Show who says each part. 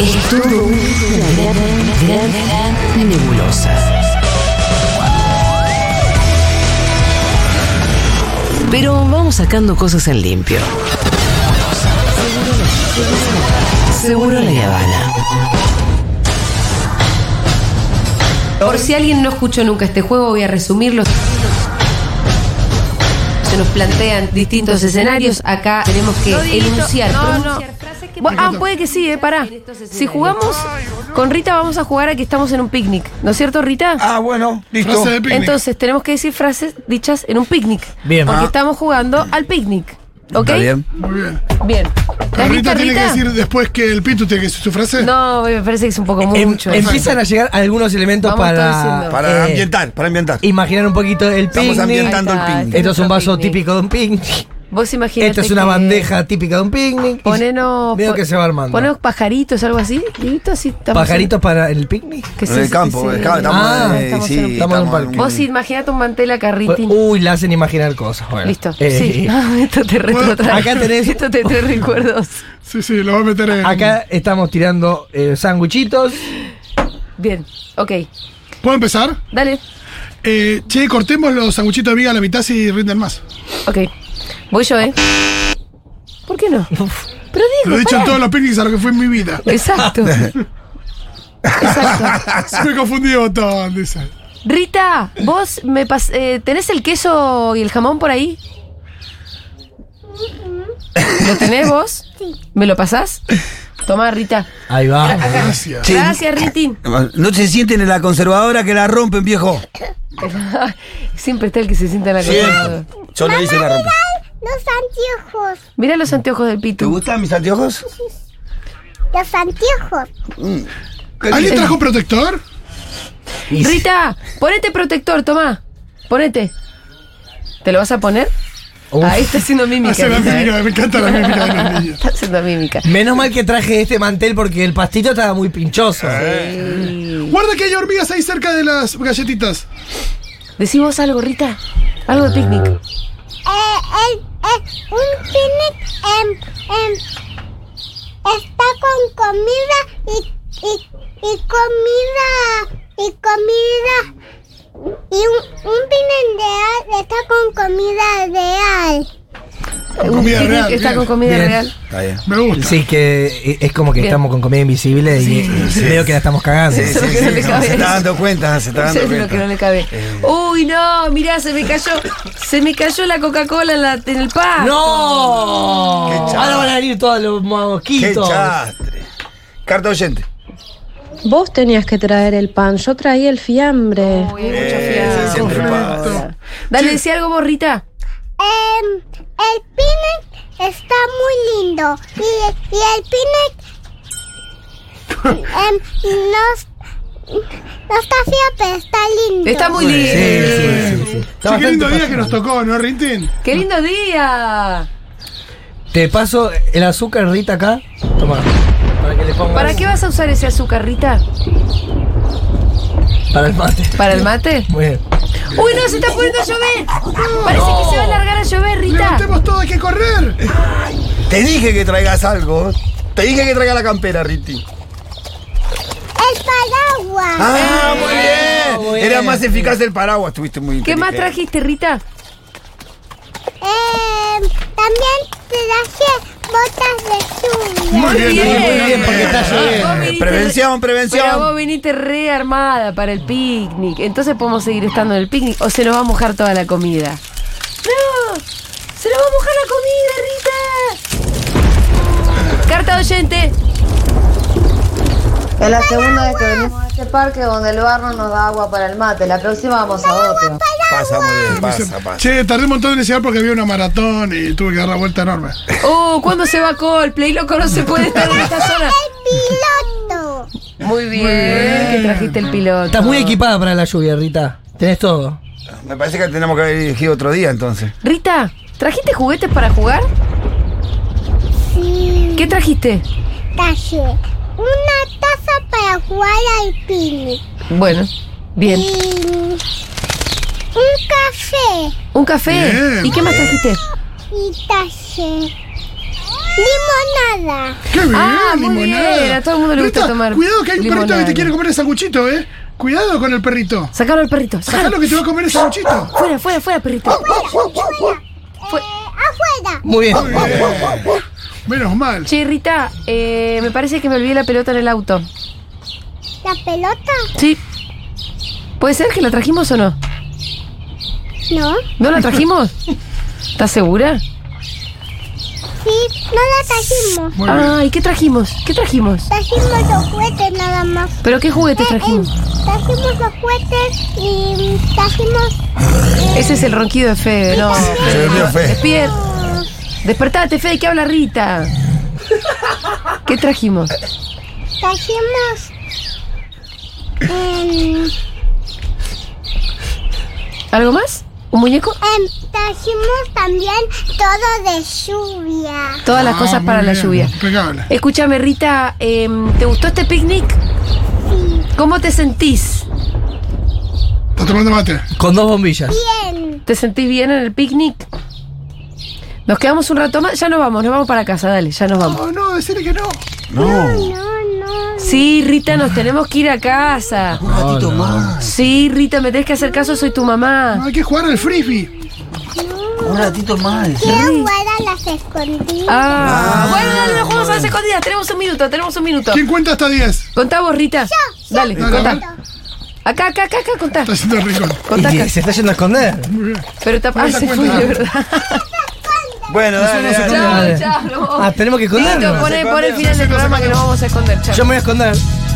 Speaker 1: Es todo una gran, gran, gran nebulosa. Pero vamos sacando cosas en limpio. Seguro la Habana.
Speaker 2: Por si alguien no escuchó nunca este juego, voy a resumirlo. Se nos plantean distintos escenarios. Acá tenemos que enunciar. pronunciar frases que- Ah, puede que sí, eh, pará. Si jugamos con Rita, vamos a jugar a que estamos en un picnic. ¿No es cierto, Rita?
Speaker 3: Ah, bueno, listo.
Speaker 4: Frase de picnic.
Speaker 2: Entonces tenemos que decir frases dichas en un picnic.
Speaker 5: Bien.
Speaker 2: Porque
Speaker 5: Ah.
Speaker 2: estamos jugando al picnic. ¿Ok?
Speaker 3: ¿Está bien?
Speaker 4: Muy bien.
Speaker 2: Bien. ¿La Rita,
Speaker 4: Rita tiene que
Speaker 2: Rita?
Speaker 4: decir después que el Pitu tiene que decir su frase.
Speaker 2: No, me parece que es un poco
Speaker 5: Em-
Speaker 2: mucho.
Speaker 5: empiezan a llegar algunos elementos
Speaker 2: Vamos todos
Speaker 5: para,
Speaker 2: diciendo.
Speaker 3: Para
Speaker 5: eh,
Speaker 3: ambientar, para ambientar.
Speaker 5: imaginar un poquito el
Speaker 3: Estamos
Speaker 5: picnic.
Speaker 3: ambientando el
Speaker 2: Ahí está,
Speaker 3: picnic.
Speaker 5: Esto es un
Speaker 2: nuestro
Speaker 5: vaso
Speaker 2: picnic.
Speaker 5: típico de un picnic.
Speaker 2: Vos imaginate.
Speaker 5: Esto es una
Speaker 2: que
Speaker 5: bandeja típica de un picnic. Y
Speaker 2: Ponenos.
Speaker 5: Veo
Speaker 2: po-
Speaker 5: que se va armando.
Speaker 2: Ponenos pajaritos, algo así. Dieguito, así estamos
Speaker 5: Pajaritos para el picnic.
Speaker 2: en- que
Speaker 3: en
Speaker 2: sí,
Speaker 3: el
Speaker 2: sí,
Speaker 3: campo,
Speaker 2: sí.
Speaker 3: eh, claro, estamos,
Speaker 5: Ah,
Speaker 3: eh,
Speaker 2: estamos
Speaker 3: sí,
Speaker 2: en un-
Speaker 5: estamos en un parque.
Speaker 2: Vos imaginate un mantel a carritín.
Speaker 5: Uy, la hacen imaginar cosas. Uh, bueno.
Speaker 2: Listo.
Speaker 5: Eh,
Speaker 2: sí. Ah, Esto te retrotrae.
Speaker 5: acá tenés-
Speaker 2: Esto te trae recuerdos.
Speaker 4: Sí, sí, lo va a meter en.
Speaker 5: Acá estamos tirando eh, sanguchitos.
Speaker 2: Bien. Ok.
Speaker 4: ¿Puedo empezar?
Speaker 2: Dale.
Speaker 4: Eh, che, cortemos los sanguchitos de miga a la mitad si rinden más.
Speaker 2: Ok. Voy yo, ¿eh? ¿Por qué no? Pero
Speaker 4: Lo he
Speaker 2: digo.
Speaker 4: dicho en todos los picnics a lo que fue en mi vida.
Speaker 2: Exacto. Exacto.
Speaker 4: Se me confundió un montón, dice.
Speaker 2: Rita, vos me pas eh, tenés el queso y el jamón por ahí. ¿Lo tenés vos? ¿Me lo pasás? Tomá, Rita.
Speaker 5: Ahí va.
Speaker 4: Gracias.
Speaker 2: Gracias, Ritin.
Speaker 3: No se sienten en la conservadora que la rompen, viejo.
Speaker 2: Siempre está el que se sienta en la
Speaker 3: Siempre.
Speaker 2: cama.
Speaker 3: Yo lo hice la rompen.
Speaker 6: Los anteojos,
Speaker 2: Mirá los anteojos del
Speaker 3: ¿Te
Speaker 2: Pitu.
Speaker 3: gustan mis anteojos?
Speaker 6: los anteojos.
Speaker 4: ¿Alguien trajo protector?
Speaker 2: Rita, ponete protector, tomá. Ponete. ¿Te lo vas a poner?
Speaker 5: Uf.
Speaker 2: Ahí está haciendo mímica.
Speaker 4: Hace la
Speaker 2: Rita, ¿eh?
Speaker 4: mímica, me encanta la mímica de los niños.
Speaker 2: Está haciendo mímica.
Speaker 5: Menos mal que traje este mantel porque el pastito estaba muy pinchoso.
Speaker 4: Guarda que hay hormigas ahí cerca de las galletitas.
Speaker 2: Decí vos algo, Rita. Algo de picnic.
Speaker 6: Eh, el, eh, un picnic em, em, está con comida y, y, y comida y comida. Y un, un picnic real está con comida real.
Speaker 4: Con comida
Speaker 2: picnic
Speaker 4: real.
Speaker 2: Está
Speaker 4: bien.
Speaker 2: con comida
Speaker 5: Bien.
Speaker 2: real.
Speaker 3: Está bien.
Speaker 4: Me gusta.
Speaker 5: Sí, que eh, es como que
Speaker 2: Bien.
Speaker 5: estamos con comida invisible y eh, veo que la estamos cagando.
Speaker 2: Eso es lo que no le
Speaker 3: Se
Speaker 2: cabe.
Speaker 3: está dando cuenta, se está
Speaker 2: Eso
Speaker 3: dando
Speaker 2: es lo que no
Speaker 3: cuenta.
Speaker 2: le cabe.
Speaker 3: Eh.
Speaker 2: Uy, no, mirá, se me cayó. Se me cayó la Coca-Cola en, la- en el pan.
Speaker 5: ¡No!
Speaker 3: Qué chato.
Speaker 5: Ahora van a venir todos los
Speaker 3: Qué
Speaker 5: mosquitos.
Speaker 3: chastre. Carta oyente.
Speaker 7: Vos tenías que traer el pan, yo traí el fiambre.
Speaker 2: Uy, hay mucho
Speaker 3: Eh,
Speaker 2: fiado.
Speaker 3: se siempre pasa.
Speaker 2: Dale, decí algo, morrita.
Speaker 6: Em, el picnic está muy lindo y, y el picnic em, no, es- no está feo, pero está lindo.
Speaker 2: Está muy lindo.
Speaker 5: Sí, sí, sí, sí.
Speaker 4: Che, qué lindo día que nos tocó, ¿no, Rintin?
Speaker 2: ¡Qué lindo día!
Speaker 5: Te paso el azúcar, Rita, acá. Toma. Para que le pongas.
Speaker 2: ¿Para qué vas a usar ese azúcar, Rita?
Speaker 5: Para el mate.
Speaker 2: ¿Para el mate?
Speaker 5: Muy bien.
Speaker 2: ¡Uy, no, se está poniendo a llover! Parece que se va a largar a llover, Rita.
Speaker 4: Levantemos todo, hay que correr.
Speaker 3: Te dije que traigas algo. Te dije que traigas la campera, Riti.
Speaker 6: El paraguas.
Speaker 3: Ah, muy bien.
Speaker 5: muy bien.
Speaker 3: Era más eficaz el paraguas, estuviste muy
Speaker 2: ¿Qué más
Speaker 3: inteligente.
Speaker 2: trajiste, Rita?
Speaker 6: Em, también traje botas de lluvia.
Speaker 4: Muy bien,
Speaker 5: muy bien, porque está
Speaker 2: Vos
Speaker 5: lloviendo.
Speaker 2: viniste
Speaker 3: eh, Prevención, prevención.
Speaker 2: Pero vos viniste re armada para el picnic. Entonces podemos seguir estando en el picnic o se nos va a mojar toda la comida. ¡No! ¡Se nos va a mojar la comida, Rita! Carta de oyente.
Speaker 8: Es la segunda vez que venimos a este parque donde el barro nos da agua para el mate. La próxima vamos a otro.
Speaker 3: Pasa muy bien, pasa, pasa.
Speaker 4: Che, tardé un montón en llegar porque había una maratón y tuve que dar la vuelta enorme.
Speaker 2: Oh, ¿cuándo se va Coldplay? Loco, no se puede estar en esta zona.
Speaker 6: Piloto.
Speaker 2: Muy bien. Que trajiste el piloto.
Speaker 5: Estás muy equipada para la lluvia, Rita. Tenés todo.
Speaker 3: Me parece que tenemos que haber elegido otro día entonces.
Speaker 2: Rita, ¿trajiste juguetes para jugar?
Speaker 6: Sí.
Speaker 2: ¿Qué trajiste?
Speaker 6: Traje una taza para jugar al picnic.
Speaker 2: Bueno, bien.
Speaker 6: Y un café.
Speaker 2: Un café.
Speaker 4: Bien.
Speaker 2: ¿Y qué más trajiste?
Speaker 6: Y traje limonada.
Speaker 4: ¡Qué bien!
Speaker 2: Ah, muy
Speaker 4: limonada.
Speaker 2: bien, a todo el mundo le gusta
Speaker 4: Rita,
Speaker 2: tomar
Speaker 4: Cuidado que hay un perrito que
Speaker 2: limonada.
Speaker 4: te quiere comer el sanguchito, ¿eh? Cuidado con el perrito.
Speaker 2: Sacaron al perrito.
Speaker 4: Sacalo
Speaker 2: Sacalo.
Speaker 4: que te va a comer el sanguchito.
Speaker 2: Fuera, fuera, fuera, perrito.
Speaker 6: Eh, afuera.
Speaker 5: Muy bien.
Speaker 4: Menos mal.
Speaker 2: Che, Rita, eh, me parece que me olvidé la pelota en el auto.
Speaker 6: La pelota.
Speaker 2: Sí. ¿Puede ser que la trajimos o no?
Speaker 6: No.
Speaker 2: ¿No la trajimos? ¿Estás segura?
Speaker 6: Sí, no la trajimos.
Speaker 4: Muy bien.
Speaker 2: Ay, ¿qué trajimos? ¿Qué trajimos?
Speaker 6: Trajimos los juguetes nada más.
Speaker 2: ¿Pero qué juguete
Speaker 6: Eh, eh,
Speaker 2: trajimos?
Speaker 6: trajimos los juguetes y mm, trajimos.
Speaker 2: Ese es el ronquido de Fede, no.
Speaker 3: Se durmió fe.
Speaker 2: Despier
Speaker 6: eh,
Speaker 2: Despertate, Fede, ¿qué habla Rita? ¿Qué trajimos?
Speaker 6: Trajimos. em,
Speaker 2: ¿Algo más? ¿Un muñeco?
Speaker 6: em, trajimos también todo de lluvia.
Speaker 2: Todas las
Speaker 4: Ah,
Speaker 2: cosas
Speaker 4: muy
Speaker 2: para la
Speaker 4: bien,
Speaker 2: lluvia.
Speaker 4: Impecable.
Speaker 2: Escúchame, Rita, em, ¿te gustó este picnic? ¿Cómo te sentís?
Speaker 4: Está tomando mate.
Speaker 5: Con dos bombillas.
Speaker 6: Bien.
Speaker 2: ¿Te sentís bien en el picnic? Nos quedamos un rato más, ya nos vamos, nos vamos para casa, dale, ya nos vamos.
Speaker 4: Oh, no, decirle que no.
Speaker 3: No.
Speaker 6: No, no.
Speaker 2: Sí, Rita, nos tenemos que ir a casa.
Speaker 1: Un ratito más.
Speaker 2: Sí, Rita, me tenés que hacer caso, soy tu
Speaker 4: No,
Speaker 2: mamá.
Speaker 4: hay que jugar al frisbee.
Speaker 1: Un ratito más.
Speaker 6: Quiero jugar a las escondidas.
Speaker 2: Ah, bueno, dale, nos jugamos a las escondidas, tenemos un minuto, tenemos un minuto.
Speaker 4: ¿Quién cuenta hasta 10?
Speaker 2: Contá vos, Rita. Dale,
Speaker 4: Dale,
Speaker 2: contá.
Speaker 4: dale.
Speaker 2: Acá, acá, acá, acá, contá.
Speaker 4: Está haciendo el rincón.
Speaker 5: Y
Speaker 2: Contá acá.
Speaker 5: que se está yendo a esconder.
Speaker 4: Muy bien.
Speaker 2: Pero tapa, ah,
Speaker 4: Cuenta,
Speaker 2: se fue
Speaker 4: cuenta.
Speaker 2: de verdad.
Speaker 3: Bueno, dale,
Speaker 5: Eso no se
Speaker 3: dale.
Speaker 5: puede.
Speaker 2: Chao, chao, no.
Speaker 5: Ah, tenemos que escondernos.
Speaker 2: Listo, pon el- pon el final del programa que nos vamos a esconder, chao.
Speaker 5: Yo me voy a esconder.